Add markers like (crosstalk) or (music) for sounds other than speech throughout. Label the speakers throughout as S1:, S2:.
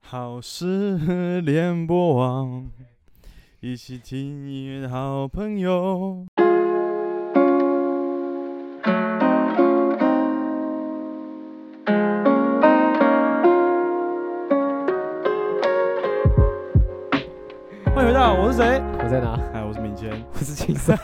S1: 好事联播网，一起听音乐的好朋友。欢迎回到，我是谁？
S2: 我在哪？ (laughs)
S1: 哎，我是敏谦。
S2: 我是青
S1: (laughs)
S2: 山。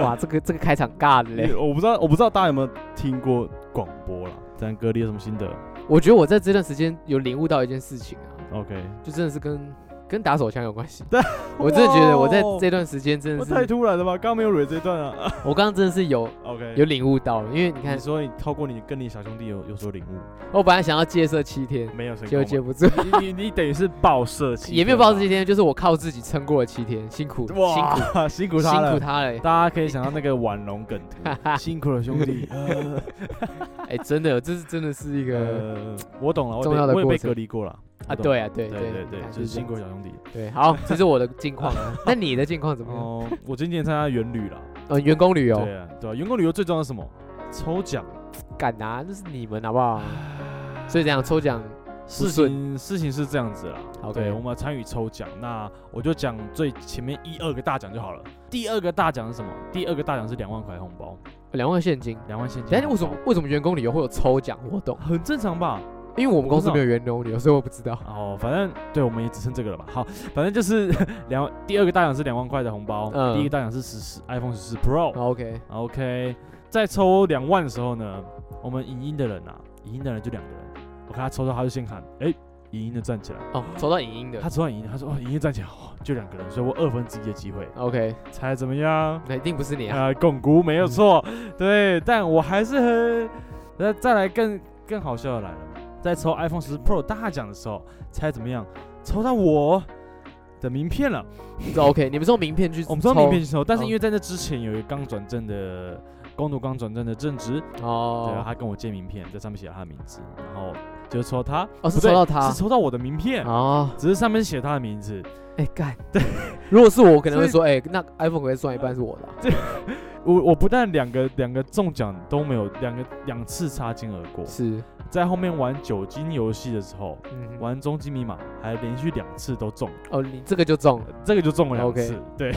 S2: 哇，这个这个开场尬的嘞！
S1: 我不知道，我不知道大家有没有听过广播啦？咱哥，你有什么心得
S2: 我觉得我在这段时间有领悟到一件事情啊，
S1: ？OK，。
S2: 就真的是跟跟打手枪有关系
S1: (laughs)
S2: 我真的觉得我在
S1: 哇
S2: 这段时间真的
S1: 我
S2: 是，
S1: 太突然了吧？刚刚没有蕊这一段啊。 (laughs)
S2: 我刚刚真的是有
S1: OK，
S2: 有领悟到，因为你看
S1: 哦你，说你透过你跟你小兄弟有有所领悟，
S2: 我本来想要戒色七天，
S1: 没有成
S2: 结果戒
S1: 功
S2: 不住，
S1: 嘛。你你你等于是报社期，
S2: 也没有抱这七天，就是我靠自己撑过了七天，辛苦辛
S1: 啊哇，(laughs)
S2: 苦
S1: 辛苦他
S2: 辛
S1: 了
S2: 苦。他了。
S1: 大家可以想到那个婉容梗
S2: (laughs)
S1: 图，辛苦了兄弟。呃
S2: 哎，真的，这是真的是一
S1: (laughs)
S2: 个
S1: 呃，我懂了，我
S2: 重要的
S1: 被我也被
S2: 过程
S1: 隔离过了
S2: 啊，
S1: 我懂
S2: 对啊，对
S1: 对对对，
S2: 啊
S1: 就是
S2: 这
S1: 辛
S2: 样
S1: 苦小兄弟。
S2: 对，好，这是我的近况啊。那你的近况怎么样？
S1: 哦，我今年参加员旅了，
S2: 呃，员工旅游，
S1: 对啊，对吧？员工旅游最重要的是什么？抽奖。
S2: 敢拿，那是你们好不好？所以这样抽奖，
S1: 事情事情是这样子啦
S2: OK
S1: 对，我们参与抽奖，那我就讲最前面一二个大奖就好了。第二个大奖是什么？第二个大奖是两万块红包，
S2: 两万现金。
S1: 两万现金。
S2: 但是为什么？为什么员工旅游会有抽奖活动？
S1: 很正常吧？
S2: 因为我们公司
S1: 我不知道
S2: 没有员工旅游，所以我不知道。
S1: 哦，反正对，我们也只剩这个了吧。好，反正就是 (laughs) 两万，第二个大奖是两万块的红包，
S2: 嗯
S1: 第一个大奖是十四 iPhone 十四 Pro。
S2: 好 OK，
S1: OK，在抽两万的时候呢，我们影音的人啊，影音的人就两个人，我看他抽到他就先喊，哎、影音的站起来。
S2: 哦，抽到影音的
S1: 他抽到影音，他说哦，影音站起来，哦就两个人，所以我二分之一的机会，
S2: ，OK，
S1: 猜怎么样？
S2: 那一定不是你啊。
S1: 啊，巩固没有错，
S2: 嗯
S1: 对，但我还是很，那再来更更好笑的来了，在抽 iPhone 十 Pro 大奖的时候，猜怎么样？抽到我的名片了，
S2: 这 OK，你们是嗯用名片去抽，
S1: 我们抽到名片去抽，但是
S2: 哦
S1: 因为在那之前有一个刚转正的工读刚转正的正职，对啊，
S2: 哦，
S1: 他跟我借名片，在上面写了他的名字，然后就抽他，
S2: 哦，是
S1: 不对
S2: 抽到他
S1: 是，抽到我的名片，
S2: 哦，
S1: 只是上面写他的名字，
S2: 哎干，对，如果是我，我可能会说，哎，那 iPhone 可以算一半是我的啊。
S1: 我我不但两个两个中奖都没有，两个两次擦肩而过，
S2: 是，
S1: 在后面玩酒精游戏的时候，
S2: 嗯哼，
S1: 玩终极密码还连续两次都中，
S2: 哦，你这个就中了，
S1: 呃这个就中了两
S2: OK
S1: 次。对，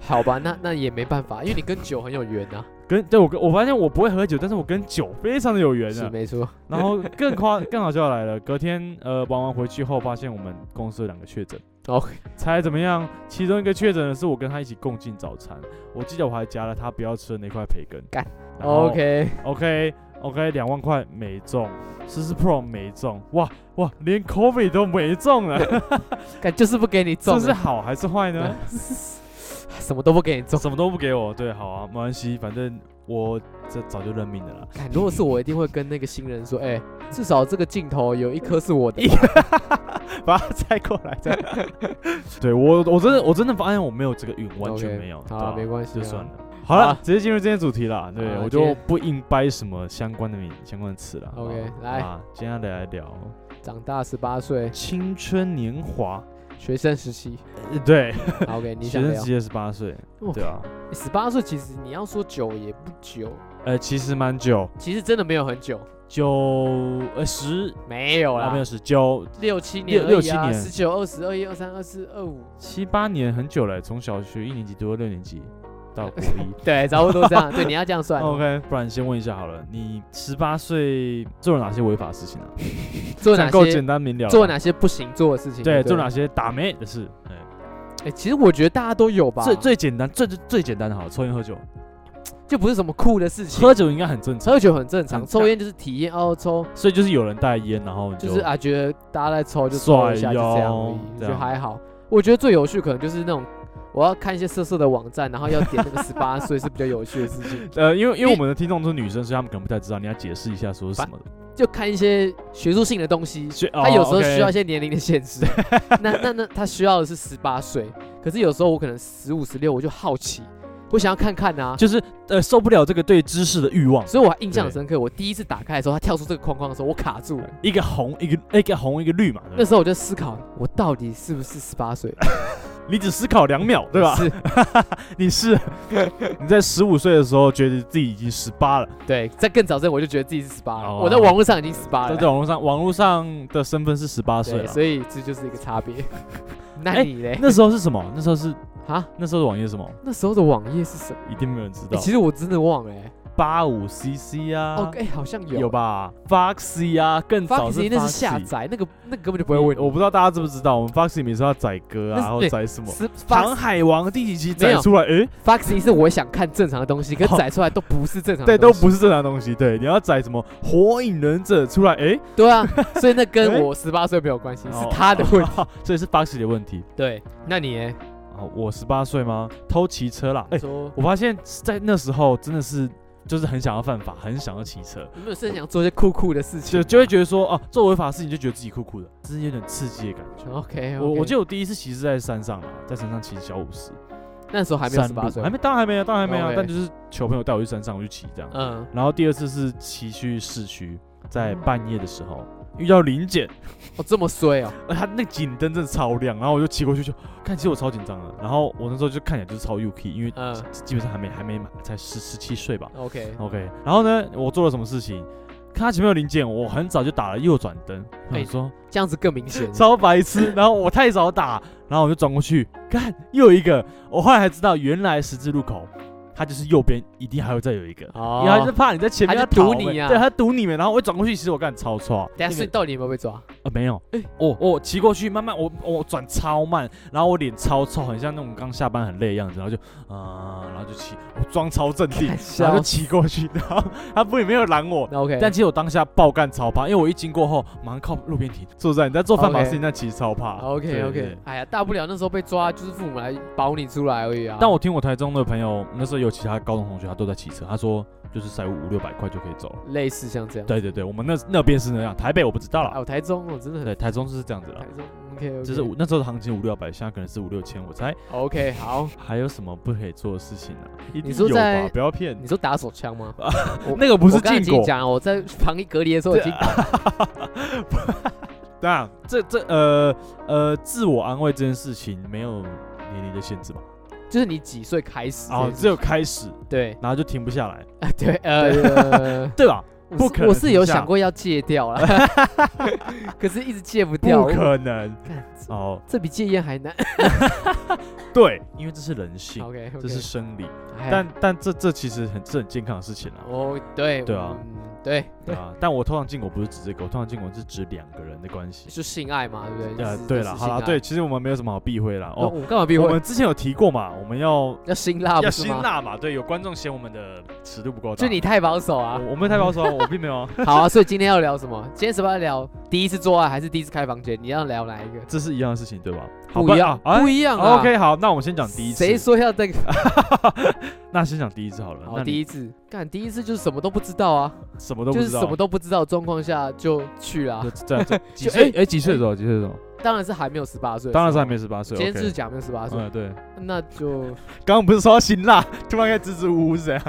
S2: 好吧，那那也没办法，因为你跟酒很有缘啊。
S1: 跟对我跟我发现我不会喝酒，但是我跟酒非常的有缘
S2: 是
S1: 啊。
S2: 没错，
S1: 然后更夸更好笑的来了，隔天呃玩完回去后，发现我们公司有两个确诊。
S2: OK
S1: 猜怎么样？其中一个确诊的是我跟他一起共进早餐，我记得我还夹了他不要吃的那块培根。
S2: 干
S1: 然后
S2: OK，
S1: OK OK，两万块没中，十四 Pro 没中，哇哇，连 COVID 都没中了，
S2: 干就是不给你中
S1: 这
S2: 啊，
S1: 是好还是坏呢？
S2: (laughs) 什么都不给
S1: (laughs)
S2: 你中。
S1: 什么都不给我，对，好啊，没关系，反正我这早就认命了啦。
S2: 看，如果是我，一定会跟那个新人说，哎、至少这个镜头有一颗是我
S1: (laughs)
S2: 的。
S1: 把它拆过来，再对我，我真的，我真的发现我没有这个运，完全
S2: OK，
S1: 没有。
S2: 好
S1: 对
S2: 啊
S1: 吧
S2: 没关系啊
S1: 就算了。好了，
S2: 好啊
S1: 直接进入今天主题啦。对，
S2: 好啊
S1: 我
S2: 今
S1: 就
S2: 天
S1: 不硬掰什么相关的名相关的词了。
S2: OK，
S1: 好不好
S2: 来
S1: 啊，今天要来聊
S2: 长大十八岁，
S1: 青春年华。
S2: 学生
S1: (laughs)
S2: 时期。
S1: 呃对，
S2: 好 OK，你
S1: (laughs) 学
S2: 想
S1: 生
S2: 聊
S1: 直？接十八岁，
S2: 哦
S1: 对啊，
S2: 十八岁其实你要说久也不久，
S1: 呃，其实蛮久，
S2: 其实真的没有很久，
S1: 九呃十
S2: 没有
S1: 啊，
S2: 啦，
S1: 没有十九
S2: 六七
S1: 六
S2: 年、啊
S1: 六七年
S2: 十九、二十二、一、二三、二四、二五，
S1: 七八年，很久了，从小学一年级读到六年级到国一。
S2: 对，差不多这样。对，你要这样 (laughs) 算。
S1: OK，不然先问一下好了，你十八岁做了哪些违法事情啊？
S2: 做
S1: 这样
S2: 哪
S1: 够简
S2: 些
S1: 单明了吧？
S2: 做哪些不行做的事情？
S1: 对，做
S2: 了
S1: 哪些打妹的事？哎
S2: 哎、其实我觉得大家都有吧，
S1: 最最简单、最最最简单的好了，抽烟喝
S2: (laughs)
S1: 酒。
S2: 就不是什么酷的事情。
S1: 喝酒应该很正常，
S2: 喝酒很正常，
S1: 嗯
S2: 抽烟就是体验哦，抽
S1: 所以就是有人带烟，然后你
S2: 就是啊，觉得大家在抽就
S1: 帅
S2: 抽一下，就这样而
S1: 哟
S2: 已，
S1: 这
S2: 就
S1: 样
S2: 还好。我觉得最有趣可能就是那种我要看一些色色的网站，然后要点那个十八 (laughs) 岁是比较有趣的事情，
S1: 呃，因为因为
S2: 因为
S1: 我们的听众都是女生，所以他们可能不太知道，你要解释一下说是什么的。
S2: 就看一些学术性的东西。
S1: 所以
S2: 他有时候需要
S1: 哦
S2: 一些年龄的限制， (laughs) 那那那他需要的是十八岁，可是有时候我可能十五十六我就好奇，我想要看看啊
S1: OK，，就是呃受不了这个对知识的欲望，
S2: 所以我还印象
S1: 对
S2: 很深刻，我第一次打开的时候，他跳出这个框框的时候，我卡住了。
S1: 一个红一个一个红一个绿嘛。对不对
S2: 那时候我就思考，我到底是不是十八岁？
S1: 你只思考两秒， (laughs) 对吧？
S2: 是，
S1: (laughs) 你是你在十五岁的时候觉得自己已经十八了，
S2: 对，在更早之前我就觉得自己是十八了，
S1: 哦
S2: 我在网络上已经十八
S1: 在
S2: 了，
S1: 在网络上网络上的身份是十八岁
S2: 哎对，
S1: 了。
S2: 所以这就是一个差
S1: (laughs)
S2: 别。那
S1: 哎
S2: 你
S1: (laughs)
S2: 嘞？
S1: 那时候是什么？那时候是
S2: 啊，
S1: 那时候的网页是什么？
S2: 那时候的网页是什么？
S1: 一定没有人知
S2: 哎
S1: 道。
S2: 其实我真的忘了欸。
S1: 八五 CC 啊
S2: 哦，，哎，好像有
S1: 有？吧？Foxy 啊，更早是
S2: Foxy 那是下
S1: Foxy
S2: 载，那个那个根本就不会问
S1: 我不知道大家知不知道，我们 Foxy 每次要载歌啊，
S2: 那是
S1: 然后
S2: 对
S1: 载什么？
S2: 是
S1: 《航海王》第几集
S2: 没
S1: 载
S2: 有
S1: 出来？诶，
S2: Foxy 是我想看正常的东西，可是载出来都不是正常的
S1: 哦对，
S2: 东
S1: 都
S2: 西。
S1: 不是正常东西。对，你要载什么《火影忍者》出来？诶，(laughs)
S2: 对啊，所以那
S1: 哎
S2: 跟我十八岁没有关系，是
S1: 哦
S2: 他的
S1: (laughs)
S2: 问题。
S1: 所以是 Foxy 的问题。
S2: 对，那你呢
S1: 哦，我十八岁吗？偷骑车啦！哎，
S2: 说
S1: 我发现在那时候真的是就是很想要犯法，很想要骑车，
S2: 有没有是想做一些酷酷的事情
S1: 就就会觉得说哦，做违法的事情就觉得自己酷酷的，真是有点刺激的感觉。
S2: ？OK，
S1: 我我记
S2: 就
S1: 得我第一次骑是在山上啦，在山上骑小武士，
S2: 那时候还没有
S1: 山
S2: 十八
S1: 路
S2: 岁，
S1: 还没，当然还没有，啊当然还没有，
S2: OK
S1: 但就是求朋友带我去山上，我就骑这样。
S2: 嗯，
S1: 然后第二次是骑去市区，在半夜的时候遇到林检，
S2: 哦这么衰哦，
S1: 呃他那警灯真的超亮，然后我就骑过去就看，其实我超紧张的。然后我那时候就看起来就是超 UK，因为
S2: 嗯
S1: 基本上还没还没满，才十十七岁吧。
S2: ，OK，
S1: OK，然后呢，我做了什么事情？看他前面有零件，我很早就打了右转灯，我
S2: 哎
S1: 想说
S2: 这样子更明显。
S1: 超白痴，然后我太早打，然后我就转过去，看又有一个，我后来才知道原来十字路口它就是右边一定还会再有一个，因
S2: 哦
S1: 为他是怕你在前面
S2: 他
S1: 要
S2: 就
S1: 逃
S2: 堵
S1: 呗
S2: 你啊
S1: 对，他堵你们，然后我一转过去，其实我干超错，
S2: 等下，所
S1: 那个
S2: 以到底有没有被抓？
S1: 呃没有，我我骑过去，慢慢我我转超慢，然后我脸超臭，很像那种刚下班很累的样子，然后就啊、然后就骑，我装超镇定，然后就骑过去，然后他不也没有拦我。
S2: 那 OK，
S1: 但其实我当下爆干超怕，因为我一经过后马上靠路边停。坐在你在做犯法的事情，那其实超怕。
S2: OK
S1: 对
S2: OK，。哎呀，大不了那时候被抓，就是父母来保你出来而已啊。
S1: 但我听我台中的朋友，那时候有其他高中同学，他都在骑车，他说就是塞五六百块就可以走了。
S2: 类似像这样，
S1: 对对对，我们那那边是那样，台北我不知道
S2: 啊，
S1: 了。
S2: 我台中我真的很
S1: 对，台中就是这样子了
S2: 台。中 OK，
S1: 就是五那时候的行情五六百，现在可能是五六千，我猜。
S2: OK 好，
S1: 还有什么不可以做的事情呢、啊？一定
S2: 你说
S1: 有吧
S2: 在
S1: 不要骗
S2: 你，说打手枪吗？我
S1: 那个 (laughs) 不是
S2: 我刚才已
S1: 禁
S2: 经
S1: 果。啊
S2: 讲了，我在防疫隔离的时候已经打了，
S1: 当然，啊这这呃呃，自我安慰这件事情没有年龄的限制吧？
S2: 就是你几岁开始
S1: 哦，只有开始，
S2: 对 (laughs)
S1: 然后就停不下来，
S2: 啊对呃，
S1: 对吧？
S2: (laughs) 我
S1: 不
S2: 是
S1: 可能
S2: 我是有
S1: 停下
S2: 想过要戒
S1: (laughs)
S2: 掉了，可是一直戒不掉，
S1: 不可能
S2: 干
S1: 哦，
S2: 这比戒烟还难。
S1: 对，因为这是人性，
S2: OK，
S1: 这是生理，
S2: 但
S1: 但但这这其实很这很健康的事情啊，
S2: 哦对
S1: 对啊
S2: 嗯对
S1: 对啊。但我通常禁果不是指这个，我通常禁果是指两个人的关系。
S2: 是性爱嘛，对不对？
S1: 呃
S2: 是，
S1: 对了，好了，，对，
S2: 是性
S1: 其实我们没有什么好避讳啦。
S2: 爱那
S1: 哦，
S2: 我干嘛避
S1: 我
S2: 讳？
S1: 们之前有提过嘛，我们要
S2: 要辛辣
S1: 要
S2: 不是
S1: 辛
S2: 吗？
S1: 辣嘛，对，有观众嫌我们的尺度不够大，
S2: 就你太保守啊！
S1: 我我没有太保守啊，我并没有
S2: (laughs)
S1: 啊，
S2: 好啊，所以今天要聊什么？今天什么要聊？第一次做爱还是第一次开房间？你要聊哪一个？
S1: 这是一样的事情对吧？好
S2: 不一样，
S1: 啊
S2: 不一样
S1: 啊
S2: 啊。
S1: OK，好，那我们先讲第一次，
S2: 谁说要这个？
S1: 那先讲第一次好了，
S2: 好，
S1: 那
S2: 第
S1: 一
S2: 一次干，第一次就是什么都不知道啊，
S1: 什么都不
S2: 就是
S1: 知道，
S2: 什么都不知道的状况下就去了啊。
S1: 就 (laughs) 这样
S2: (laughs)
S1: 这样几
S2: 就
S1: 岁？
S2: 哎
S1: 哎，几岁的时候？几岁的时候？
S2: 当然是还没有十八岁，
S1: 当然是还没十八岁。
S2: 今天就是
S1: OK
S2: 讲没有十八岁，
S1: 嗯，对，
S2: 那就
S1: 刚刚不是说要辛辣， (laughs) 突然开始支支吾吾是怎样？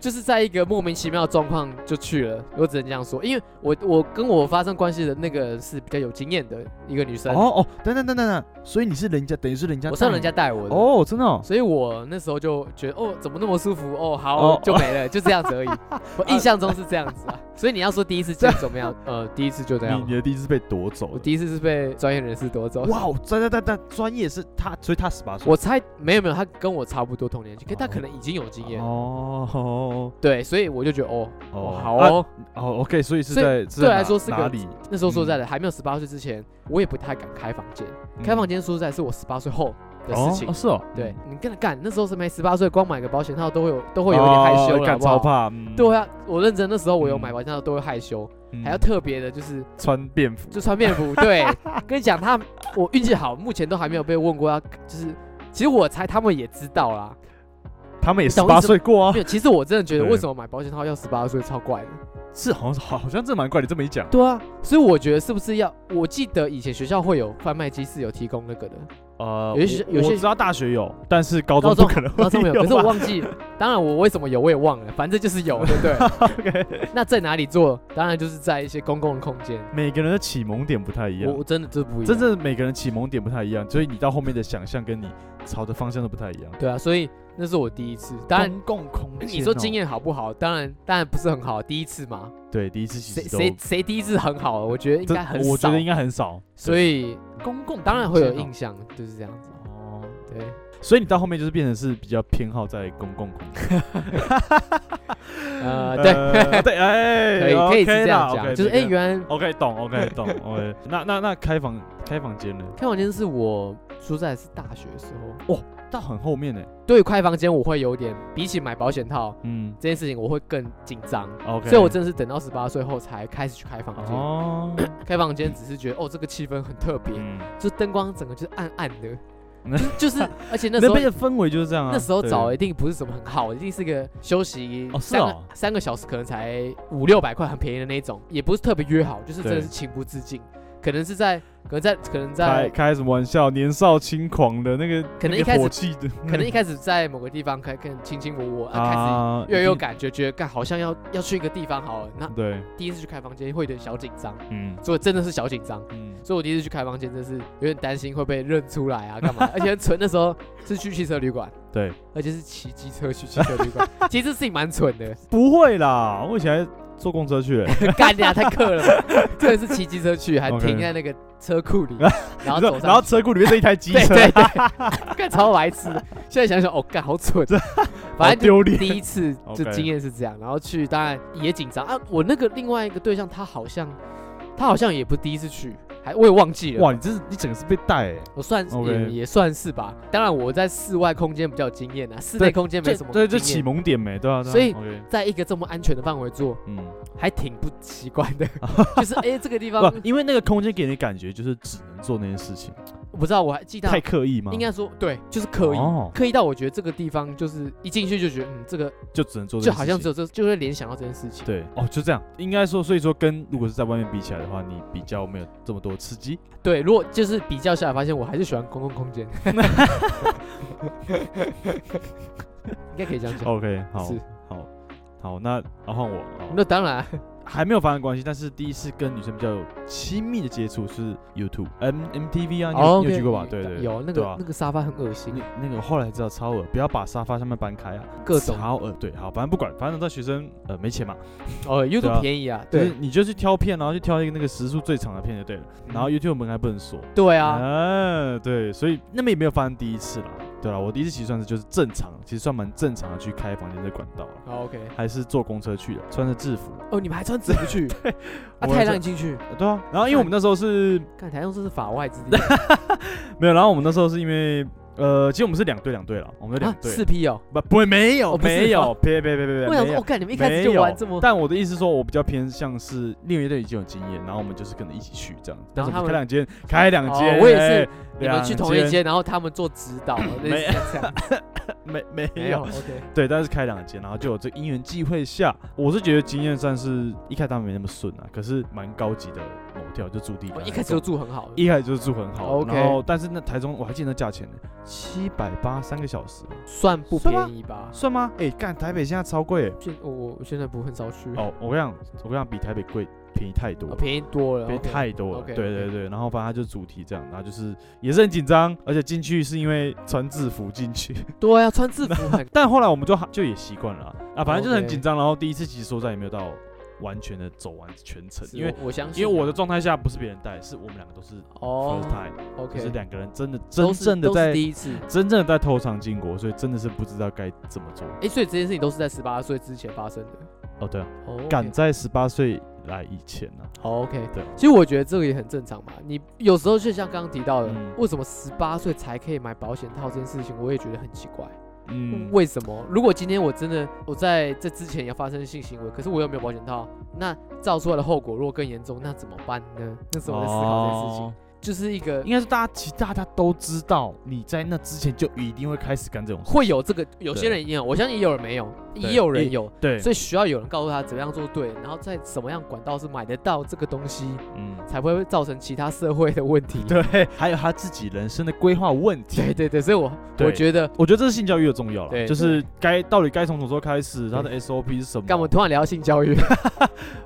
S2: 就是在一个莫名其妙的状况就去了，我只能这样说，因为我我跟我发生关系的那个是比较有经验的一个女生，
S1: 哦哦，等等等等等，所以你是人家，等于是人家
S2: 我是让人家带我的，
S1: 哦，真的哦，
S2: 所以我那时候就觉得哦，怎么那么舒服哦，好
S1: 哦
S2: 就没了，就这样
S1: (laughs)
S2: 子而已。我印象中是这样子啊，所以你要说第一次见怎么
S1: (laughs)
S2: 样？呃，第一次就这
S1: 你
S2: 样
S1: 你。的第一次被夺走
S2: 我
S1: 了。
S2: 第一次是被专业人士夺走，
S1: 哇，哦，这这这这专业是他，所以他十八岁。
S2: 我猜没有没有，他跟我差不多同年纪，可他可能已经有经验，
S1: 哦
S2: 对，所以我就觉得哦，哦好
S1: 啊
S2: 哦。
S1: 哦，OK，所以是
S2: 所以
S1: 在是
S2: 对
S1: 在
S2: 来
S1: 哪
S2: 说是个
S1: 哪里？
S2: 那时候说实在
S1: 嗯
S2: 的，还没有十八岁之前，我也不太敢开房间。开房间说实在是我十八岁后的事情
S1: 哦，。是哦，
S2: 对你跟干，那时候是没十八岁，光买个保险套都会有都会有一点害羞了，
S1: 敢
S2: 好不好
S1: 哦超怕，嗯
S2: 对，啊，我认真那时候我有买
S1: 嗯
S2: 保险套都会害羞，
S1: 嗯
S2: 还要特别的就是
S1: 穿便服，
S2: 就穿便服。
S1: (laughs)
S2: 对，跟你讲他，我运气好，目前都还没有被问过要就是。其实我猜他们也知道啦，
S1: 他们也
S2: 你
S1: 十
S2: 懂
S1: 八
S2: 意思
S1: 岁过啊
S2: 没，有。其实我真的觉得，
S1: 对
S2: 为什么买保险套要十八岁，超怪的。
S1: 是好像是好好像这蛮怪，你这么一讲，
S2: 对啊，所以我觉得是不是要？我记得以前学校会有贩卖机是有提供那个的，
S1: 呃，
S2: 有些
S1: 我
S2: 有些
S1: 我知道大学有，但是高中
S2: 高中
S1: 不可能会
S2: 高中有，可是我
S1: 吧
S2: 忘记，当然我为什么有我也忘了，反正就是有，
S1: (laughs)
S2: 对不对？OK，那在哪里做？当然就是在一些公共的空间。
S1: 每个人的启蒙点不太一样
S2: 我我，真的这不一样，
S1: 真正每个人启蒙点不太一样，所以你到后面的想象跟你朝的方向都不太一样。
S2: 对啊，所以那是我第一次。当然，
S1: 公共空间哦，
S2: 你说经验好不好？当然，当然不是很好，第一次嘛。
S1: 对第一次其
S2: 谁
S1: 实都
S2: 谁谁第一次很好？我觉得应
S1: 这
S2: 该很
S1: 我
S2: 少
S1: 觉得，应该很少，
S2: 所以
S1: 公共
S2: 当然会有印象，就是这样子。
S1: 哦。 (laughs)
S2: 对，
S1: 所以你到后面就是变成是比较偏好在公共空间，
S2: 呃，对，
S1: 呃对，哎，
S2: 可以可以是这样
S1: OK 啦
S2: 讲，就是哎，
S1: OK，
S2: 原来
S1: OK 懂 OK 懂 (laughs) OK，那那那开房开房间呢？
S2: 开房间是我住在是大学的时候。
S1: 到很后面呢，
S2: 对于开房间，我会有点比起买保险套
S1: 嗯
S2: 这件事情，我会更紧张。
S1: ，OK，
S2: 所以我真的是等到十八岁后才开始去开房间。 (coughs)
S1: 哦，
S2: 开房间只是觉得哦，这个气氛很特别，
S1: 嗯，
S2: 就灯光整个就是暗暗
S1: (laughs)
S2: 的
S1: 嗯，(laughs)
S2: 就是就是，而且那时
S1: 那
S2: 候
S1: 边的氛围就是这样啊。
S2: 那时候欸
S1: 对
S2: 找一定不是什么很好，一定是个休息
S1: 哦是
S2: 三个、
S1: 哦
S2: 三个小时，可能才五六百块，很便宜的那一种，也不是特别约好，就是真的
S1: 对
S2: 是情不自禁，可能是在可能在可能
S1: 开
S2: 在
S1: 开什么玩笑，年少轻狂的那个，
S2: 可能
S1: 那
S2: 一
S1: 个
S2: 开始
S1: 火气的，
S2: 可能一开始在某个地方开跟卿卿我我，啊、
S1: 啊
S2: 开始越来越有
S1: 一定
S2: 感觉，觉得干好像要要去一个地方好了，那
S1: 对，
S2: 第一次去开房间会有点小紧张，
S1: 嗯
S2: 所以真的是小紧张。
S1: 嗯，
S2: 所以我第一次去开房间，真是有点担心会被认出来啊，干嘛？而且很蠢，那时候是去汽车旅馆，
S1: (laughs) 对，
S2: 而且是骑机车去汽车旅
S1: (laughs)
S2: 馆，其实这事情蛮蠢的，
S1: 不会啦，我以前还坐公车去欸嘞，
S2: 干呀，太克了
S1: (laughs)
S2: 吧！这个是骑机车去，还
S1: OK
S2: 停在那个车库
S1: (laughs)
S2: 里， (laughs) 然后
S1: 你知道
S2: 走
S1: 然后
S2: 上去。
S1: 车库里面是一台机
S2: 对
S1: 车，
S2: (laughs)
S1: (laughs)
S2: 对对，干超白痴的。现在想想，哦，干好蠢，反
S1: 好
S2: 正就
S1: 丢脸。
S2: 第一次
S1: OK
S2: 就经验是这样，然后去当然也紧张啊。我那个另外一个对象，他好像他好像也不是第一次去，还我也忘记了。
S1: 哇，你这是你整个是被带欸，
S2: 我算是
S1: OK
S2: 也也算是吧，当然我在室外空间比较有经验啊，室
S1: 对
S2: 内空间没什么
S1: 对，这
S2: 经
S1: 启
S2: 验
S1: 蒙点没，对啊，对啊
S2: 所以
S1: OK，
S2: 在一个这么安全的范围做，
S1: 嗯，
S2: 还挺不习惯
S1: (laughs)
S2: 的，就是哎、这个地方
S1: 不，因为那个空间给你感觉就是只能做那件事情，
S2: 我不知道，我还记得
S1: 太刻意吗？
S2: 啊应该说对，就是刻意，
S1: 哦
S2: 刻意到我觉得这个地方就是一进去就觉得，嗯，这个
S1: 就只能做这
S2: 就
S1: 件事情，
S2: 好像只有这，就会联想到这件事情。
S1: 对哦，就这样，应该说，所以说跟如果是在外面比起来的话，你比较没有这么多刺激，
S2: 对，如果就是比较下来，发现我还是喜欢公共空间， (laughs) 应该可以这样讲。
S1: OK，好哦
S2: 是，
S1: 好，好，那然后换我，哦
S2: 那当然，啊
S1: 还没有发生关系，但是第一次跟女生比较有亲密的接触是 YouTube、M MTV 啊，你有、你有
S2: 哦 OK，
S1: 去过吧？对对
S2: 有那
S1: 对
S2: 个、
S1: 啊
S2: 那个沙发很恶心
S1: 那，那个我后来知道超恶，不要把沙发上面搬开啊，
S2: 各种
S1: 超恶。对，好，反正不管，反正在学生呃没钱嘛，
S2: 哦
S1: 对啊
S2: ，YouTube 便宜啊，
S1: 就是
S2: 对
S1: 你就去挑片，然后就挑一个那个时速最长的片就对了。
S2: 嗯
S1: 然后 YouTube 门还不能锁，
S2: 对啊，
S1: 嗯、对，所以那边也没有发生第一次啦。对啦，我第一次其实算是就是正常，其实算蛮正常的去开房间的管道啊，
S2: 好 OK，
S1: 还是坐公车去的，穿着制服，
S2: 哦，你们还穿制
S1: (laughs)
S2: 服去啊？
S1: 我
S2: 太
S1: 还
S2: 让你进去，
S1: 对啊，然后因为我们那时候是
S2: 看台中这是法外之地
S1: 没有，然后我们那时候是因为呃，其实我们是两队两队了，我们有两
S2: 啊，
S1: 队、
S2: 四 P 哦。
S1: 不不会没有、
S2: 哦不是
S1: 没有
S2: 哦，
S1: 别别别别别，
S2: 我想
S1: 没
S2: 说，
S1: 有
S2: 我看你们一
S1: 一
S2: 开始就玩这么，
S1: 但我的意思是说，我比较偏向是另一队已经有经验，然后我们就是可能一起去这样，但是
S2: 然
S1: 我
S2: 后
S1: 们开两间，开两间、
S2: 哦我也是
S1: 哎，
S2: 你们去同一
S1: 两
S2: 间，然后他们做指
S1: (laughs)
S2: 导，类似像这样。
S1: 没没有
S2: 没有，OK，
S1: (laughs) 对，但是开两间，然后就有这因缘际会下，我是觉得经验算是一开始当然没那么顺啊，可是蛮高级的某跳就住地
S2: 我
S1: 方，
S2: 哦一开始就住很好了，
S1: 一开始就住很好
S2: OK
S1: 然后但是那台中我还记得那价钱呢，七百八三个小时，
S2: 算不
S1: 算吗
S2: 便宜吧？
S1: 算吗？哎、干台北现在超贵欸，
S2: 现我我我现在不很少去，
S1: 哦，我跟你讲，我跟你讲，比台北贵，便宜太多
S2: 哦
S1: 了。
S2: 便宜多了
S1: 便宜
S2: ，OK，
S1: 太多了
S2: OK，OK
S1: 对对对，然后反正它就主题这样，然后就是也是很紧张，而且进去是因为穿制服进去， (laughs)
S2: 对啊，穿制服很
S1: 但后来我们就就也习惯了啊啊，反正就是很
S2: 哦 OK
S1: 紧张，然后第一次其实说实在也没有到完全的走完全程，因为
S2: 我我相信，啊
S1: 因为我的状态下不是别人带，是我们两个都是 first
S2: 哦
S1: time，可是
S2: ，OK，
S1: 两个人真的真
S2: 都是
S1: 正的
S2: 都是
S1: 在
S2: 第一次，
S1: 真正的在偷尝禁果，所以真的是不知道该怎么做。
S2: 哎，所以这件事情都是在十八岁之前发生的，
S1: 哦，对啊，
S2: 哦，
S1: 赶在十八岁来以前啊呢，
S2: 好 OK。
S1: 对，
S2: 其实我觉得这个也很正常嘛。你有时候就像刚刚提到的，
S1: 嗯
S2: 为什么十八岁才可以买保险套这件事情，我也觉得很奇怪。
S1: 嗯，
S2: 为什么？如果今天我真的我在这之前也发生性行为，可是我又没有保险套，那造出来的后果如果更严重，那怎么办呢？那时候我在思考这件事情。
S1: 哦
S2: 就是一个
S1: 应该是大家其实大家都知道，你在那之前就一定会开始干这种事。
S2: 会有这个，有些人一定有，我相信也有人没有，也有人有，
S1: 对，
S2: 所以需要有人告诉他怎么样做对，然后在什么样管道是买得到这个东西，
S1: 嗯，
S2: 才不会造成其他社会的问题。
S1: 对，嗯还有他自己人生的规划问题。
S2: 对对对，所以我
S1: 对
S2: 我觉得，
S1: 我觉得这是性教育的重要了，
S2: 对
S1: 就是该到底该从什么时候开始，他的 SOP 是什么？
S2: 干嘛突然聊性教育？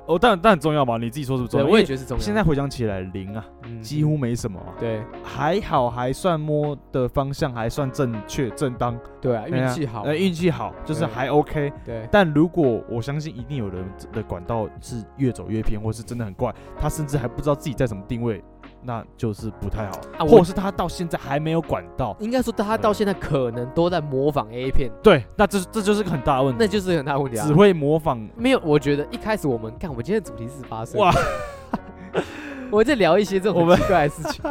S1: 哦，当然当然重要嘛，你自己说是不是重
S2: 对，
S1: 要？
S2: 我也觉得是
S1: 因
S2: 重要
S1: 为
S2: 的。
S1: 现在回想起来，零啊，
S2: 嗯
S1: 几乎没什么啊、
S2: 对
S1: 还好还算摸的方向还算正确正当，
S2: 对啊，
S1: 哎
S2: 运
S1: 呀
S2: 气好，
S1: 呃，运气好就是
S2: 对
S1: 还 OK。
S2: 对
S1: 但如果我相信，一定有人的管道是越走越偏，或是真的很怪，他甚至还不知道自己在什么定位，那就是不太好，
S2: 啊我
S1: 或者是他到现在还没有管道。
S2: 应该说他到现在可能都在模仿 A 片，
S1: 对，那这这就是个很大的问
S2: 那
S1: 题，
S2: 就是很大问题
S1: 嗯
S2: 啊
S1: 只。会模仿
S2: 没有，我觉得一开始我们看我们今天的主题是八岁，
S1: 哇，
S2: (laughs) 我在聊一些这
S1: 我
S2: 种
S1: 们
S2: 很奇怪的事情。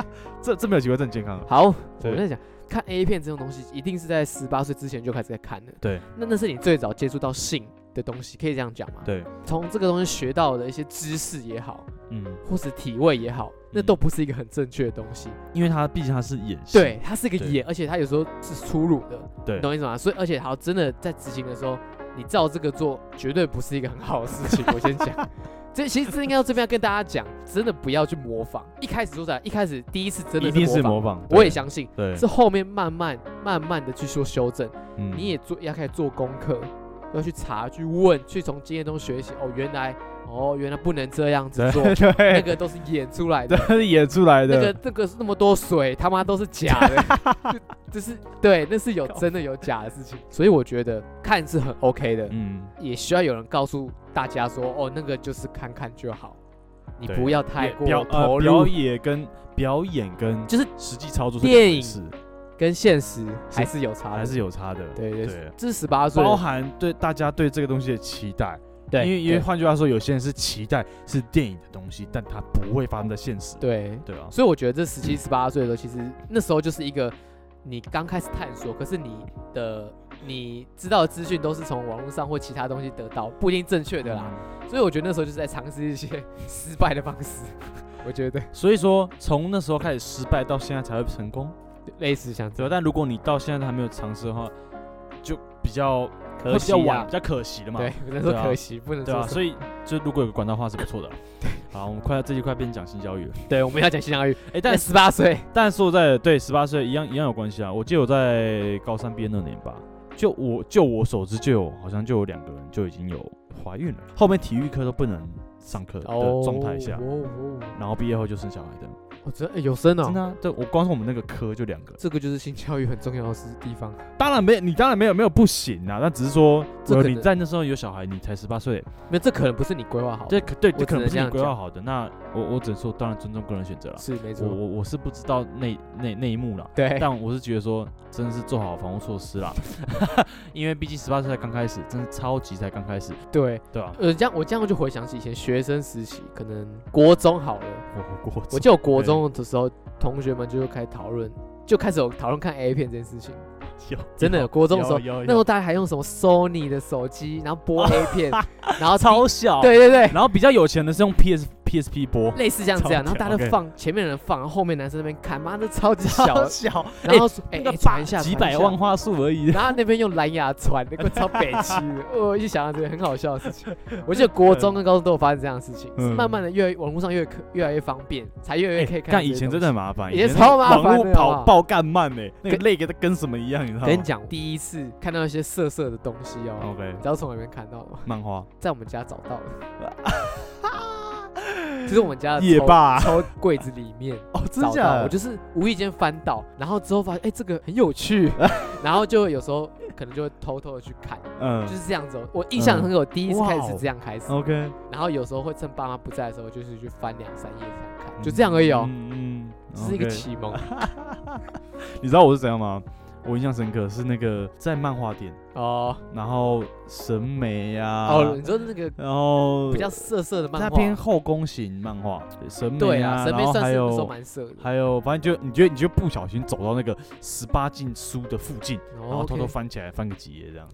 S1: 这这没有机会正健康啊了。
S2: 好，
S1: 对
S2: 我在讲看 A 片这种东西，一定是在十八岁之前就开始在看的。
S1: 对，
S2: 那那是你最早接触到性的东西，可以这样讲吗？，
S1: 对，
S2: 从这个东西学到的一些知识也好，
S1: 嗯，
S2: 或是体位也好，那
S1: 嗯
S2: 都不是一个很正确的东西。
S1: 因为他毕竟他是演戏，
S2: 对，它是一个
S1: 对
S2: 演，而且它有时候是粗鲁的，
S1: 对
S2: 你懂我意思吗？所以，而且好，真的在执行的时候，你照这个做，绝对不是一个很好的事情。我先
S1: (laughs)
S2: 讲，这其实这应该要这边要跟大家讲，真的不要去模仿。一开始说出来，一开始第一次真的
S1: 一定
S2: 是
S1: 是
S2: 模仿，
S1: 模仿。
S2: 我也
S1: 对，
S2: 相信。
S1: 对，
S2: 是后面慢慢慢慢的去做修正，
S1: 嗯
S2: 你也做要开始做功课，要去查、去问、去从经验中学习。哦，原来哦，原来不能这样子
S1: (laughs) 对
S2: 做，那
S1: 对，
S2: 个都是演出来的
S1: 这。是演出来
S2: 那
S1: 的，
S2: 个这个是那么多水，他妈都是假的，就就是对，
S1: (laughs)
S2: 那是有真的有假的事情，所以我觉得看是很 OK 的，
S1: 嗯，
S2: 也需要有人告诉大家说，哦，那个就是看看就好，你
S1: 对
S2: 不要太过
S1: 表
S2: 投
S1: 呃
S2: 入
S1: 表，演跟表演跟
S2: 就是
S1: 实际操作
S2: 电影
S1: 是两回事
S2: 跟现实还是有差
S1: 还
S2: 的，
S1: 是有差的，
S2: 对对
S1: 对
S2: 这是十八岁，
S1: 包含对大家对这个东西的期待，
S2: 对，
S1: 因为因为
S2: 对
S1: 换句话说，有些人是期待是电影的东西，但它不会发生在现实，
S2: 对，
S1: 对啊，
S2: 所以我觉得这十七十八岁的时候，其实那时候就是一个你刚开始探索，可是你的你知道的资讯都是从网络上或其他东西得到，不一定正确的啦。
S1: 嗯
S2: 所以我觉得那时候就是在尝试一些 (laughs) 失败的方式， (laughs) 我觉得
S1: 所以说从那时候开始失败到现在才会成功，
S2: 类似像这
S1: 对啊，但如果你到现在都还没有尝试的话，就比较
S2: 样，
S1: 会比较晚，
S2: 啊
S1: 比，较可惜了嘛，
S2: 对，不能说
S1: 对啊
S2: 可惜，不能
S1: 对
S2: 说 (laughs)
S1: 啊，
S2: 什么
S1: 所以就如果有个管道的话是不错的。好，我们快这一块变讲性教育了，
S2: 对，我们要讲性教育，
S1: (laughs) 哎，但
S2: 但十八岁
S1: 但说实在的，对十八岁一样一样有关系啊。我记得我在高三毕业那年吧，就我就我所知就有好像就有两个人就已经有怀孕了，后面体育课都不能上课的状态下，
S2: 哦哦哦
S1: 然后毕业后就生小孩的，
S2: 哦，真哎有生
S1: 真
S2: 哦，
S1: 的、啊，对我光是我们那个科就两个，
S2: 这个就是性教育很重要的事地方，
S1: 当然没有你当然没有没有不行啊，那只是说
S2: 这可能
S1: 你在那时候有小孩，你才十八岁，
S2: 没有这可能不是你规划好的，
S1: 这可对
S2: 我
S1: 这可能不是
S2: 只能这
S1: 你
S2: 样
S1: 规划好的。那我我只能说，当然尊重个人选择了。
S2: 是没
S1: 我
S2: 错，
S1: 我我是不知道那那那一幕啦，
S2: 对，
S1: 但我是觉得说，真的是做好防护措施啦，
S2: (laughs)
S1: 因为毕竟十八岁才刚开始，真的超级才刚开始，
S2: 对。
S1: 对吧、啊？
S2: 呃，这样我这样就回想起以前学生时期，可能国中好了，
S1: 我我
S2: 我记得我国中的时候，同学们就会开始讨论，就开始有讨论看 A 片这件事情。
S1: 有
S2: 真的有国中的时候，
S1: 有有有
S2: 那时候大家还用什么 Sony 的手机，然后播 A
S1: (laughs)
S2: 片，然后
S1: 啊超小，，
S2: 对对对，
S1: 然后比较有钱的是用 PS PSP 播，
S2: 类似这样子
S1: 超
S2: 啊，然后大家
S1: 屌
S2: 就
S1: ，OK
S2: 放前面的人放，然后后面男生那边看，妈的超级小
S1: 超 (laughs)
S2: 的，
S1: 小，
S2: 然后说哎
S1: 那个
S2: 哎
S1: 八
S2: 传一下，
S1: 几
S2: 传一
S1: 百
S2: 下
S1: 万，画素而已，
S2: (laughs) 然后那边用蓝牙传，那个超北七的，我一想到这个很好笑的
S1: (laughs)
S2: 事情。我记得国中跟高中都有发生这样的事情，是
S1: 嗯
S2: 慢慢的越网络上越可越来越方便，才越来越可以看到
S1: 看
S2: 这些
S1: 哎以前
S2: 东
S1: 真
S2: 西
S1: 的很麻烦，
S2: 以前超麻烦的
S1: 网络
S2: 好不
S1: 跑
S2: 好
S1: 爆干慢呢、那个
S2: 跟
S1: 累跟跟什么一样，你知道吗
S2: 跟你讲，第一次看到一些色色的东西哦，
S1: ？OK，
S2: 你知道从哪边
S1: (laughs)
S2: 看到吗？
S1: 漫画
S2: 在我们家找到的，
S1: (laughs)
S2: 就是我们家的
S1: 也
S2: 抽
S1: 罢，
S2: 抽柜子里面
S1: 哦， (laughs) 真
S2: 呃找
S1: 的假
S2: 到，
S1: 的
S2: 我就是无意间翻到，然后之后发现哎、这个很
S1: (laughs)
S2: 有趣，然后就有时候可能就会偷偷的去看，
S1: 嗯哦
S2: 就是这样子哦、我印象很有，第一次开始是这样开始，
S1: ，OK，
S2: 然后有时候会趁爸妈不在的时候，就是去翻两三页这样
S1: 嗯
S2: 看，就这样而已哦，
S1: 嗯嗯， (laughs)
S2: 只是一个
S1: OK
S2: 启蒙。
S1: 你知道我是怎样吗？我印象深刻是那个在漫画店，
S2: 哦
S1: 然后审美呀、
S2: 哦，你说那个
S1: 然后
S2: 比较色色的漫
S1: 它
S2: 画，
S1: 偏后宫型漫画，对审美
S2: 对
S1: 啊，
S2: 啊，神
S1: 然
S2: 妹
S1: 后
S2: 算
S1: 还
S2: 是那时候
S1: 有
S2: 蛮色的，
S1: 还有，反正就你觉得你就不小心走到那个十八禁书的附近，
S2: 然
S1: 然后偷偷翻起来翻个几页这样，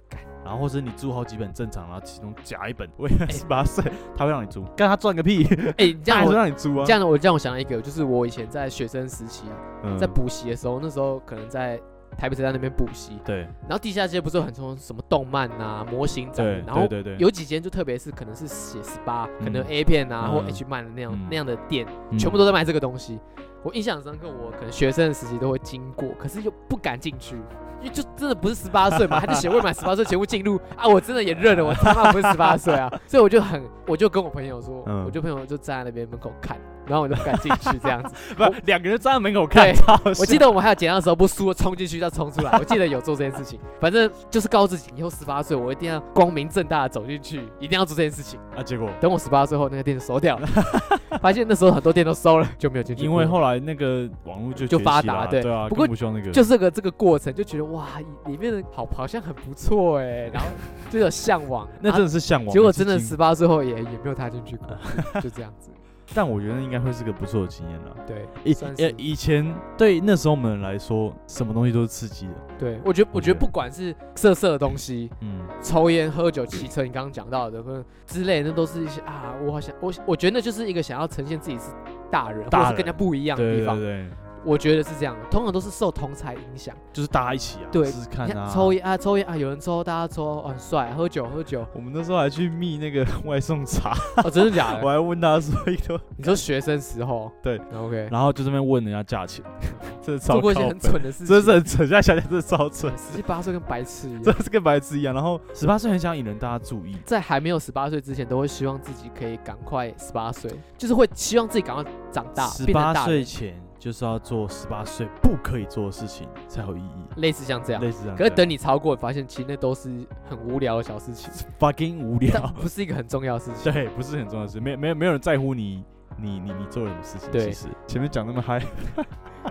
S1: 然后或者你租好几本正常，然后其中夹一
S2: (laughs)
S1: 本未满十八岁，他会让你租，干 (laughs) 他赚个屁，
S2: 哎，你这
S1: 他
S2: 样
S1: 还是
S2: 我
S1: 让你租啊
S2: 这。样我这样我想到一个，就是我以前在学生时期
S1: 嗯
S2: 在补习的时候，那时候可能在台北车站那边补习，
S1: 对
S2: 然后地下街不是有很多什么动漫啊、模型展，
S1: 对
S2: 然后
S1: 对对对，
S2: 有几间就特别是可能是写十八，可能
S1: 嗯
S2: A 片啊
S1: 嗯
S2: 或 H 漫的那样
S1: 嗯
S2: 那样的店，
S1: 嗯
S2: 全部都在卖这个东西。我印象很深刻，我可能学生的时期都会经过，可是又不敢进去，因为就真的不是十八
S1: (laughs)
S2: 岁嘛，他就写未满十八岁请勿进入啊！我真的也认了，我他妈不是十八岁
S1: (laughs)
S2: 啊，所以我就很，我就跟我朋友说，
S1: 嗯
S2: 我就朋友就站在那边门口看，然后我就不敢进去
S1: (laughs)
S2: 这样子。
S1: 不是两个人站在门口看
S2: 对，
S1: 超好
S2: 我记
S1: 笑
S2: 得我们还有剪刀的时候，不是输了冲进去再冲出来。我记得有做这件事情，反正就是告诉自己，以后十八岁我一定要光明正大的走进去，一定要做这件事情。
S1: 啊，结果
S2: 等我十八岁后，那个店就收掉了， (laughs) 发现那时候很多店都收了，就没有进去过。
S1: 因为后来那个网络就
S2: 就
S1: 崛
S2: 发
S1: 起了
S2: 达
S1: 啊
S2: 对
S1: 对啊，
S2: 不过
S1: 更不需要那个，
S2: 就这个这个过程，就觉得哇，里面的好好像很不错哎、然后就有向往。
S1: (laughs) 那真
S2: 然
S1: 的是向往的
S2: 后啊结果真的
S1: 事情
S2: 十八岁后也也没有踏进去过， (laughs) 就就这样子。
S1: 但我觉得应该会是个不错的经验啦。
S2: 对，
S1: 以
S2: 算
S1: 呃
S2: 是
S1: 以前对那时候我们来说，什么东西都是刺激的。
S2: 对我觉得我觉得不管是色色的东西，
S1: 嗯，
S2: 抽烟、喝酒、骑车，你刚刚讲到的跟之类，那都是一些啊，我好想我我觉得那就是一个想要呈现自己是大人，
S1: 大
S2: 或
S1: 人
S2: 者是跟人家不一样的
S1: 对
S2: 地
S1: 对
S2: 方。
S1: 对，
S2: 我觉得是这样，通常都是受同才影响。
S1: 就是大家一起啊，
S2: 对
S1: 试试看
S2: 你
S1: 啊，
S2: 看抽。烟啊，抽烟啊，有人抽，大家抽，哦很帅，喝酒喝酒，
S1: 我们那时候还去密那个外送
S2: (laughs)
S1: 茶，
S2: 哦，真的假
S1: (laughs) 我
S2: 的？
S1: 还问他说一个，
S2: 你说学生时候？
S1: 对
S2: ，OK，
S1: 然后就这边问人家价钱， (laughs) 真的超
S2: 做过一些
S1: 靠
S2: 很
S1: 北，
S2: 蠢的事情，
S1: 真是很蠢，现在想想真的超蠢， (laughs)
S2: 十七八岁跟白痴一
S1: 真
S2: 样。
S1: 的是跟白痴一样。然后十八岁很想引人大家注意，
S2: 在还没有十八岁之前，都会希望自己可以赶快十八岁，就是会希望自己赶快长大，
S1: 十
S2: 变成
S1: 八
S2: 大
S1: 岁
S2: 人，
S1: 前就是要做十八岁不可以做的事情才有意义，
S2: 类似像这样。
S1: 类似这样。
S2: 啊可是等你超过，发现其实那都是很无聊的小事情，
S1: fucking 无
S2: 但
S1: 聊，
S2: 不是一个很重要的事
S1: (laughs)
S2: 情。
S1: 对，不啊是很重要的事，没有没有没有人在乎你你你你做了什么事情。
S2: 对
S1: 其实前面讲那么嗨，啊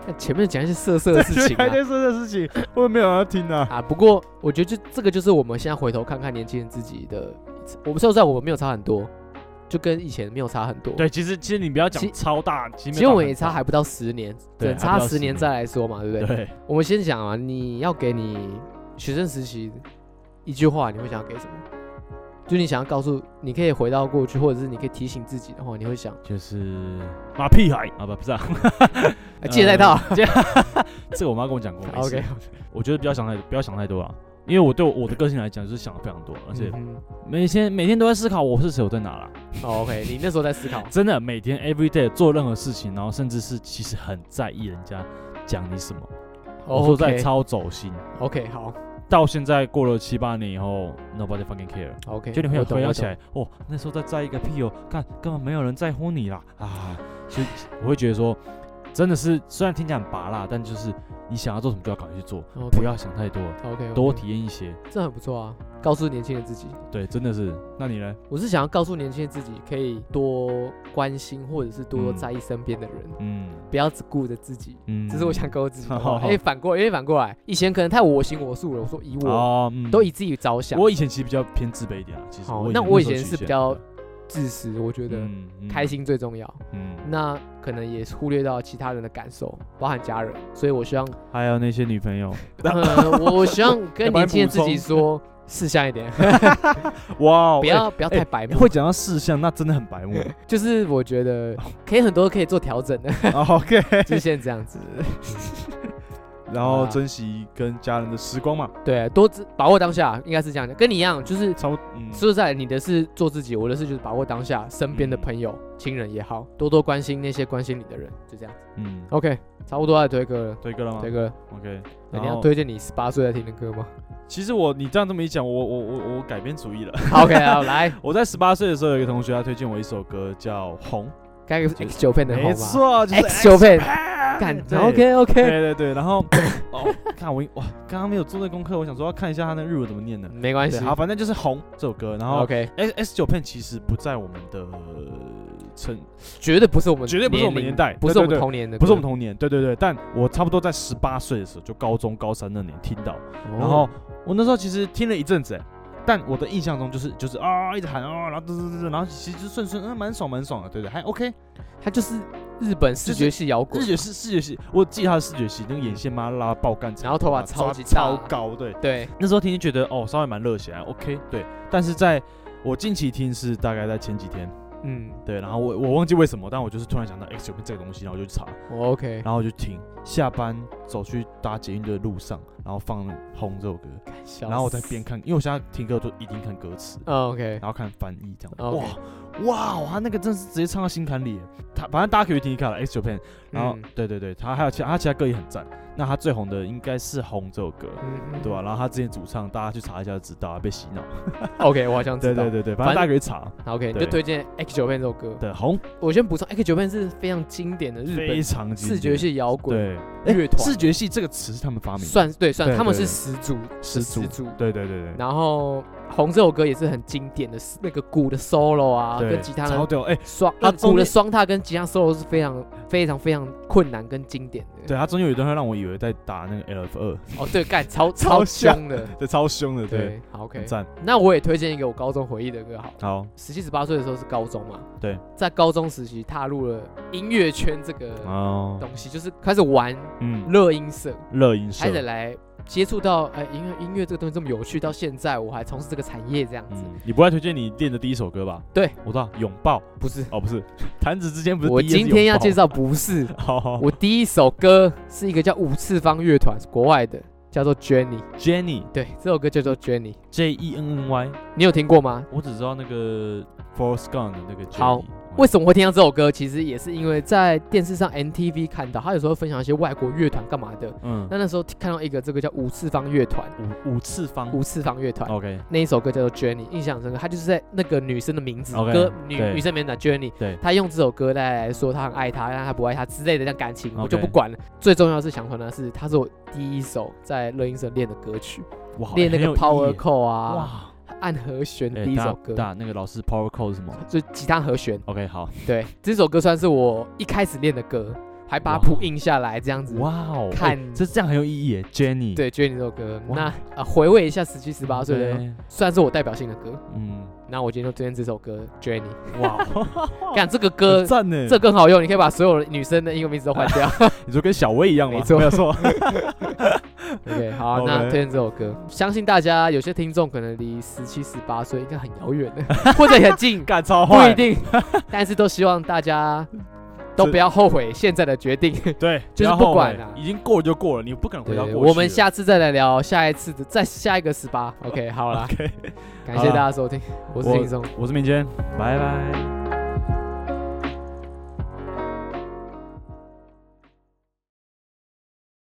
S2: 但前面讲一些色色的
S1: (laughs)
S2: 事情
S1: 还
S2: 啊
S1: 在说这事情，我也没有人要听啊。
S2: 啊，不过我觉得就这个就是我们现在回头看看年轻人自己的，我们说实在我们没有差很多，就跟以前没有差很多。，
S1: 对，其实其实你不要
S2: 其
S1: 讲超大，其实
S2: 其
S1: 没
S2: 实
S1: 有
S2: 我
S1: 到
S2: 们
S1: 很
S2: 也差
S1: 大
S2: 还不到十年，
S1: 对
S2: 等
S1: 还
S2: 差
S1: 不到
S2: 十
S1: 10
S2: 年
S1: 年
S2: 再来说嘛，对不对？
S1: 对，
S2: 我们先讲啊，你要给你学生时期一句话，你会想要给什么？就你想要告诉，你可以回到过去，或者是你可以提醒自己的话，你会想，
S1: 就是马屁孩啊，不不是啊，
S2: 啊、借带套、 (laughs)
S1: 呃，借这个我妈跟我讲过。没事
S2: OK，
S1: 我觉得不要想太不要想太多啊，因为我对我的个性来讲就是想的非常多，而且
S2: 嗯哼
S1: 每天每天都在思考我是谁，我在哪啦。
S2: 哦 OK，你那时候在思考
S1: 真的每天 every day 做任何事情，然后甚至是其实很在意人家讲你什么，我说在
S2: 哦 OK
S1: 超走心。
S2: OK，好
S1: 到现在过了七八年以后，nobody fucking care，
S2: ，OK，
S1: 就你会
S2: 我懂
S1: 回想
S2: 我
S1: 起来，哦，那时候在在意个屁哦，看根本没有人在乎你啦啊！所以我会觉得说，真的是虽然听起来很拔辣，但就是你想要做什么就要赶快去做，
S2: 懂 OK，
S1: 不要想太多，
S2: OK，
S1: 多，体验一些。
S2: 这很不错啊，告诉年轻人自己，
S1: 对，真的是。那你呢？
S2: 我是想要告诉年轻人自己可以多关心或者是多
S1: 嗯
S2: 在意身边的人，
S1: 嗯
S2: 不要只顾着自己。
S1: 嗯，哦
S2: 这是我想跟我自己的
S1: 好
S2: 话，
S1: 好
S2: 哎，反过，因为反过来，以前可能太我行我素了，我说以我
S1: 哦，嗯
S2: 都以自己着想，
S1: 我以前其实比较偏自卑一点啊，其实
S2: 好
S1: 我
S2: 那
S1: 前
S2: 我以
S1: 时候
S2: 前
S1: 其
S2: 是
S1: 实
S2: 比
S1: 也
S2: 较自私，我觉得
S1: 嗯嗯
S2: 开心最重要，
S1: 嗯，
S2: 那可能也忽略到其他人的感受，包含家人，所以我
S1: (laughs)
S2: 希望
S1: 还有那些女朋
S2: (laughs)
S1: 友，
S2: 呃，我我希望跟
S1: 要不然
S2: 年轻人
S1: 补
S2: 自己
S1: 充
S2: 说，识相一点，
S1: 哇 (laughs) 哦，
S2: 不要不要太白
S1: 欸
S2: 目。
S1: 会讲到哦事项，那真的很白
S2: (laughs)
S1: 目。
S2: 就是我觉得可以很多可以做调整的，
S1: 哦
S2: (laughs)
S1: OK，
S2: 就是现在这样子。
S1: 然后珍惜跟家人的时光嘛，
S2: 对，多自把握当下，应该是这样讲。跟你一样，就是
S1: 差不多，嗯，
S2: 说实在，你的是做自己，我的是就是把握当下，身边的
S1: 嗯
S2: 朋友、亲人也好，多多关心那些关心你的人，就这样子。
S1: 嗯，
S2: OK，差不多要推歌了，
S1: 推歌了吗
S2: 推歌。
S1: ？OK，
S2: 那
S1: 然
S2: 你要
S1: 后
S2: 推荐你十八岁在听的歌吗
S1: 其实我你这样这么一讲，我我我我改变主意了。 (laughs)
S2: 好？OK，好，来
S1: 我在十八岁的时候，有一个同学他推荐我一首歌叫《红
S2: 开个 X 九片》，的好
S1: 没
S2: 吧？
S1: 错，就是
S2: X 九片，
S1: Japan
S2: 干
S1: 对
S2: OK OK，
S1: 对对对，然
S2: (laughs)
S1: 后哦，看我哇，刚刚没有做那功课，我想说要看一下他那日文怎么念的。
S2: 没关系
S1: 对，好，反正就是《红》这首歌，然后
S2: OK，
S1: S S 九片其实不在我们的成
S2: 绝对不是我们，
S1: 绝对不是我们年代
S2: 不是
S1: 对
S2: 我
S1: 对
S2: 们
S1: 对
S2: 童年的歌，
S1: 不是我们童年，对对对，但我差不多在十八岁的时候，就高中高三那年听到，
S2: 同
S1: 然后我那时候其实听了一阵子、欸，但我的印象中就是就是啊一直喊啊，然后嘟嘟嘟嘟，然后其实顺顺，嗯，蛮爽蛮爽的，对对，还 OK。
S2: 它就是日本视觉系摇滚
S1: 视，觉系视觉系，我记得他的视觉系，那个眼线妈拉爆干长，
S2: 然后头发
S1: 把
S2: 超级
S1: 超
S2: 大
S1: 高，对。
S2: 对，
S1: 那时候听就觉得哦，稍微蛮热血啊，OK，对。但是在我近期听是大概在前几天，
S2: 嗯
S1: 对。然后我我忘记为什么，但我就是突然想到 X 有没有这个东西，然后我就去查，
S2: 我，OK，
S1: 然后我就听。下班走去搭捷运的路上，然后放《红》这首歌，然后我再边
S2: 变，
S1: 看，因为我现在听歌都一定看歌词，
S2: 嗯，OK，
S1: 然后看翻译这样。
S2: 啊 OK
S1: 哇哇，他那个真是直接唱到心坎里耶。他反正大家可以去听一看了，X Japan。然后、
S2: 嗯
S1: 对对对，他还有其他他其他歌也很赞。那他最红的应该是《红》这首歌，
S2: 嗯
S1: 对吧、啊然后他之前主唱，大家去查一下就知道，他被洗脑。
S2: ？OK，我好像
S1: 对
S2: 知道
S1: 对，对对，反正大家可以查。
S2: 好 OK，你
S1: 对
S2: 就推荐 X 9 p 这首歌。
S1: 对，《红》
S2: 我先补充，X 9 p 是非常经典的日
S1: 非
S2: 本
S1: 常经典
S2: 视觉系摇滚
S1: 对
S2: 乐
S1: 诶 (laughs)
S2: 团
S1: 视觉系这个词是他们发明的，
S2: 算对算，
S1: 对
S2: 他们
S1: 对
S2: 是
S1: 对
S2: 始祖，
S1: 始祖
S2: 始祖。
S1: 对对对对。
S2: 然后《红》这首歌也是很经典的，那个鼓的 solo 啊，
S1: 对
S2: 跟吉他
S1: 超
S2: 的
S1: 屌哎、
S2: 双，
S1: 它
S2: 那
S1: 中
S2: 鼓的
S1: 间
S2: 双踏跟吉他 solo 是非常非常非常困难跟经典的。
S1: 对他中间有一段会让我以为在打那个 L F 二，
S2: 哦， (laughs) 对，干超
S1: (laughs) 超
S2: 超
S1: 像
S2: 凶的，
S1: 这超凶的，对，
S2: 对，好 OK
S1: 很。赞。
S2: 那我也推荐一个我高中回忆的歌好了，
S1: 好，
S2: 十七十八岁的时候是高中嘛，
S1: 对，
S2: 在高中时期踏入了音乐圈这个
S1: 哦，
S2: 东西，就是开始玩
S1: 嗯，
S2: 乐音社，
S1: 乐音社
S2: 开，始来接触到呃音乐音乐这个东西这么有趣，到现在我还从事这个产业这样子，
S1: 嗯，你不会推荐你练的第一首歌吧？
S2: 对，
S1: 我知道，拥抱，
S2: 不是，
S1: 哦，不是， (laughs) 弹指之间不是。哦
S2: 我今天要介，绍不是，
S1: (laughs) 好好，
S2: 我第一首歌是一个叫五次方乐团，是国外的，叫做 Jenny，
S1: Jenny
S2: 对，这首歌叫做 Jenny，
S1: J E N N Y，
S2: 你有听过吗？
S1: 我只知道那个 Force Gun 的那个 Jenny。
S2: 好
S1: 嗯，
S2: 为什么会听到这首歌？其实也是因为在电视上 MTV 看到，他有时候会分享一些外国乐团干嘛的。
S1: 嗯，
S2: 那那时候看到一个这个叫五次方乐团，
S1: 五五次方
S2: 五次方乐团、
S1: ，OK，
S2: 那一首歌叫做 Journey，印象深刻。他就是在那个女生的名字
S1: OK，
S2: 歌女
S1: 对
S2: 女生名字 Journey，
S1: 对
S2: 他用这首歌来来说他很爱她，但他不爱她之类的那感情
S1: OK
S2: 我就不管了。最重要的是想传达的是，它是我第一首在乐音社练的歌曲，
S1: 哇，
S2: 练那
S1: 很
S2: 个
S1: 有意义
S2: power
S1: 耶
S2: chord 啊，
S1: 哇，
S2: 按和弦
S1: 哎
S2: 第一首歌，
S1: 大大那个老师 Power Code 是什么
S2: (laughs) 就吉他和弦。
S1: ？OK，好， (laughs)
S2: 对，这首歌算是我一开始练的歌，还把它
S1: 哇
S2: 谱印下来，这样子。
S1: 哇哦，
S2: 看
S1: 哎这这样很有意义耶，Jenny，
S2: 对，觉得你这首歌，
S1: 哇
S2: 那啊、回味一下十七、十八岁的，
S1: 对，
S2: 算是我代表性的歌。
S1: 嗯，
S2: 那我今天就推荐这首歌《Journey》。
S1: 哇，哦
S2: 看这个 (laughs) 歌
S1: 很，赞呢，
S2: 这更好用，你可以把所有的女生的英文名字都换掉。
S1: (laughs) 你说跟小薇一样吗？
S2: 没错
S1: 有
S2: (laughs)
S1: 错，
S2: OK，好啊、
S1: OK
S2: 那推荐这首歌，相信大家有些听众可能离十七、十八岁应该很遥远的， (laughs) 或者很
S1: (laughs)
S2: 近，
S1: 干超
S2: 不
S1: 坏，
S2: 一定，但是都希望大家都
S1: 是
S2: 不要后悔现在的决定。
S1: 对，
S2: 就是
S1: 要
S2: 不
S1: 后
S2: 管
S1: 悔
S2: 啊
S1: 已经过了就过了，你不可能回
S2: (laughs) 对
S1: 到
S2: 对
S1: 过去了。
S2: 我们下次再来聊下一次的，再下一个十八。OK，好啦
S1: (laughs) OK，
S2: 感谢大家收听，我是
S1: 我
S2: 轻松。
S1: 我是明谦，拜拜。